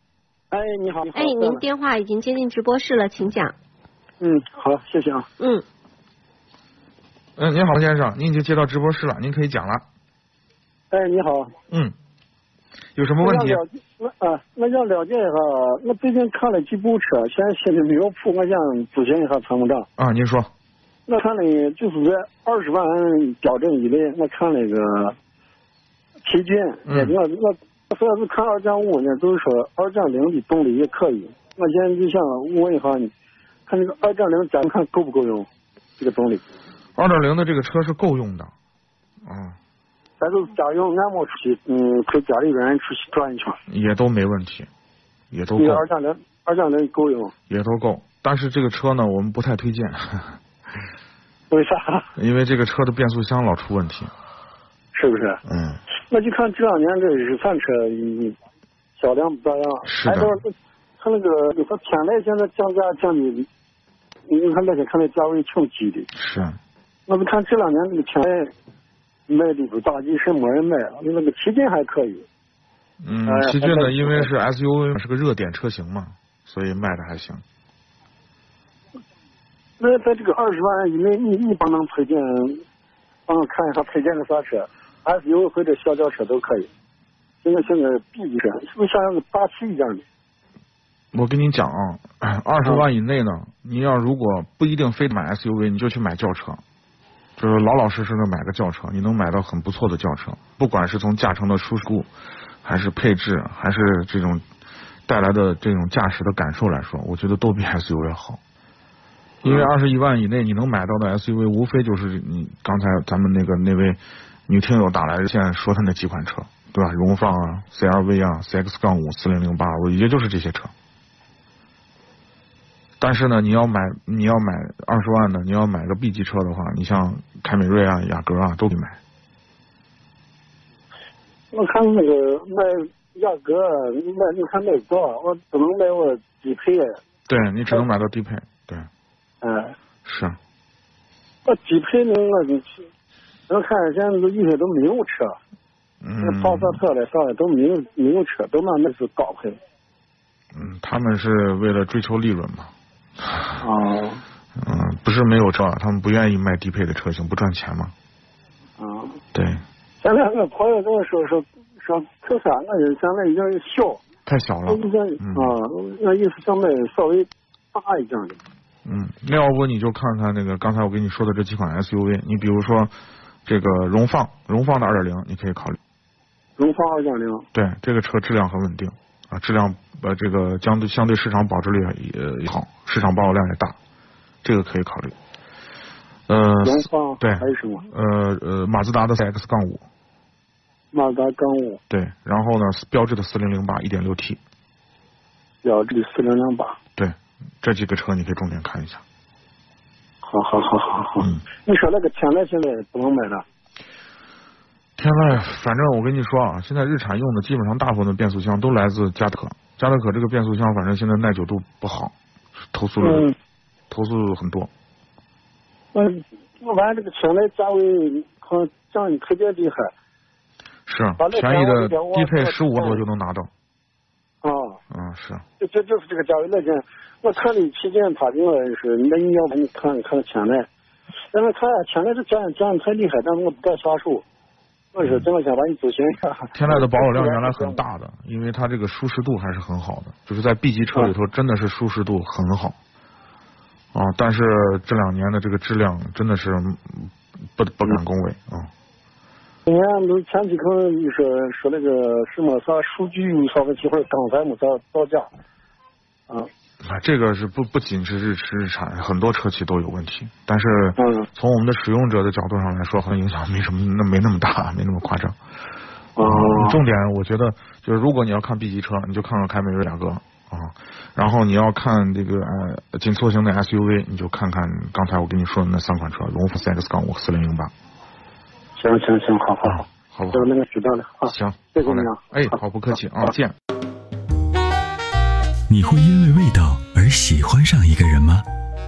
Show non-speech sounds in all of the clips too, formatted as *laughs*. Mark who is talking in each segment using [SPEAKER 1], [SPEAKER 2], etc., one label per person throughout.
[SPEAKER 1] 哎，你好，你好
[SPEAKER 2] 哎，您电话已经接进直播室了，请讲。
[SPEAKER 1] 嗯，好，谢谢啊。
[SPEAKER 2] 嗯，
[SPEAKER 3] 嗯，您好，先生，您已经接到直播室了，您可以讲了。
[SPEAKER 1] 哎，你好，
[SPEAKER 3] 嗯，有什么问题
[SPEAKER 1] 我？想了那啊，我想了解一下，我最近看了几部车，现在心里没有谱，我想咨询一下参谋长。
[SPEAKER 3] 啊，您说。
[SPEAKER 1] 我看了就是在二十万标准以内，我看了一个奇骏，
[SPEAKER 3] 嗯
[SPEAKER 1] 我我我主要是看二点五呢，就是说二点零的动力也可以。我现在就想问一下你，看这个二点零咱们看够不够用这个动力？
[SPEAKER 3] 二点零的这个车是够用的。啊，
[SPEAKER 1] 咱就是家用，俺没出去，嗯，陪家里人出去转一圈。
[SPEAKER 3] 也都没问题，也都
[SPEAKER 1] 那
[SPEAKER 3] 够
[SPEAKER 1] 个，二点零，二点零够用，
[SPEAKER 3] 也都够。但是这个车呢，我们不太推荐， *laughs*
[SPEAKER 1] 为啥？ *laughs*
[SPEAKER 3] 因为这个车的变速箱老出问题。
[SPEAKER 1] 是不是？
[SPEAKER 3] 嗯，
[SPEAKER 1] 我就看这两年这日产车嗯销量不咋样，
[SPEAKER 3] 是的
[SPEAKER 1] 还有他那个你说天籁现在降价降的，你看那些看那价位挺低的。
[SPEAKER 3] 是。
[SPEAKER 1] 我不看这两年那个天籁卖的不咋地，是没人买，那个旗舰还可以。
[SPEAKER 3] 嗯
[SPEAKER 1] 哎，
[SPEAKER 3] 奇骏
[SPEAKER 1] 还
[SPEAKER 3] 呢，
[SPEAKER 1] 在
[SPEAKER 3] 因为是 SUV，是个热点车型嘛，所以卖的还行。
[SPEAKER 1] 那在这个二十万以内，你你帮能推荐，帮我看一下推荐个啥车，SUV 或者小轿车都可以。现在现在 B 级车是不是想要个大气一点的？
[SPEAKER 3] 我跟你讲啊，二十万以内呢，您要如果不一定非得买 SUV，你就去买轿车，就是老老实实的买个轿车，你能买到很不错的轿车，不管是从驾乘的舒适度，还是配置，还是这种带来的这种驾驶的感受来说，我觉得都比 SUV 要好。因为二十一万以内你能买到的 SUV，无非就是你刚才咱们那个那位女听友打来的线说她那几款车，对吧？荣放啊、CRV 啊、CX 杠五、四零零八，我也就是这些车。但是呢，你要买你要买二十万的，你要买个 B 级车的话，你像凯美瑞啊、雅阁啊都得买。
[SPEAKER 1] 我看那个卖雅阁，卖你看买多少？我只能买我低配，
[SPEAKER 3] 对你只能买到低配。对，
[SPEAKER 1] 嗯，
[SPEAKER 3] 是啊
[SPEAKER 1] 我低配呢，我就去，我看现在都一些都没有车，
[SPEAKER 3] 嗯
[SPEAKER 1] 那帕萨特了啥的都没有没有车，都买那是高配。
[SPEAKER 3] 嗯，他们是为了追求利润嘛，
[SPEAKER 1] 啊
[SPEAKER 3] 嗯，不是没有车，他们不愿意卖低配的车型，不赚钱嘛。
[SPEAKER 1] 啊！
[SPEAKER 3] 对，
[SPEAKER 1] 现在我朋友跟我说说说特斯拉，我就现在已经小。
[SPEAKER 3] 太小了
[SPEAKER 1] 我。就想
[SPEAKER 3] 嗯
[SPEAKER 1] 啊，那意思想买稍微大一点的。
[SPEAKER 3] 嗯，那要不你就看看那个刚才我跟你说的这几款 SUV，你比如说这个荣放，荣放的二点零你可以考虑。
[SPEAKER 1] 荣放二点零，
[SPEAKER 3] 对，这个车质量很稳定啊，质量呃这个相对相对市场保值率也呃也好，市场保有量也大，这个可以考虑。呃
[SPEAKER 1] 荣放
[SPEAKER 3] 对
[SPEAKER 1] 还有什么？
[SPEAKER 3] 呃呃，马自达的 CX 杠五，
[SPEAKER 1] 马自达杠五，
[SPEAKER 3] 对，然后呢，标致的四零零八一点六 T，
[SPEAKER 1] 标致四零零八。
[SPEAKER 3] 对，这几个车你可以重点看一下。
[SPEAKER 1] 好好好好好
[SPEAKER 3] 嗯，
[SPEAKER 1] 你说那个天籁现在不能买了，
[SPEAKER 3] 天籁，反正我跟你说啊，现在日产用的基本上大部分的变速箱都来自嘉德可，嘉德可这个变速箱反正现在耐久度不好，投诉、
[SPEAKER 1] 嗯，
[SPEAKER 3] 投诉很多。
[SPEAKER 1] 那我完这个天籁价位好像降的特别厉害
[SPEAKER 3] 是
[SPEAKER 1] 把那
[SPEAKER 3] 便
[SPEAKER 1] 两
[SPEAKER 3] 宜
[SPEAKER 1] 万
[SPEAKER 3] 的
[SPEAKER 1] 两万
[SPEAKER 3] 低配
[SPEAKER 1] 多
[SPEAKER 3] 十五万
[SPEAKER 1] 多
[SPEAKER 3] 多就能拿到，
[SPEAKER 1] 啊，
[SPEAKER 3] 嗯是，
[SPEAKER 1] 就就就是这个价位那件，我看你旗舰它另外是，那你要不你看看天籁，但是看天籁这降降的太厉害，但是我不敢下手，我是真的想把你咨询一下。
[SPEAKER 3] 天籁的保有量原来很。大的，因为它这个舒适度还是很好的，就是在 B 级车里头真的是舒适度很好。啊，但是这两年的这个质量真的是嗯不不敢恭维啊。
[SPEAKER 1] 今年都前几天就是说那个什么啥数据有啥问题或者钢材没啥造假，啊，
[SPEAKER 3] 啊，这个是不不仅是日驰日产，很多车企都有问题。但是
[SPEAKER 1] 嗯
[SPEAKER 3] 从我们的使用者的角度上来说，好像影响没什么，那没那么大，没那么夸张。嗯
[SPEAKER 1] 哦
[SPEAKER 3] 重点我觉得就是，如果你要看 B 级车，你就看看凯美瑞、雅阁啊，然后你要看这个呃紧凑型的 SUV，你就看看刚才我跟你说的那三款车，荣放 CX 杠五、四零零八，
[SPEAKER 1] 行行行，好好好，
[SPEAKER 3] 好不
[SPEAKER 1] 就
[SPEAKER 3] 好？
[SPEAKER 1] 那个知道了啊。
[SPEAKER 3] 行，
[SPEAKER 1] 谢谢
[SPEAKER 3] 好嘞
[SPEAKER 1] 你啊，
[SPEAKER 3] 哎，
[SPEAKER 1] 好
[SPEAKER 3] 好，不客气啊
[SPEAKER 1] 好，
[SPEAKER 3] 见。
[SPEAKER 4] 你会因为味道而喜欢上一个人吗？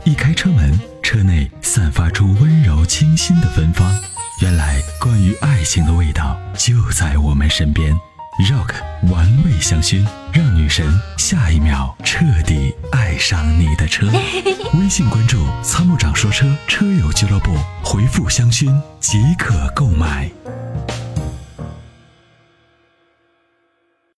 [SPEAKER 4] 一开车门，车内散发出温柔清新的芬芳。原来，关于爱情的味道就在我们身边。Rock 玩味香薰，让女神下一秒彻底爱上你的车。微信关注“参谋长说车”车友俱乐部，回复“香薰”即可购买。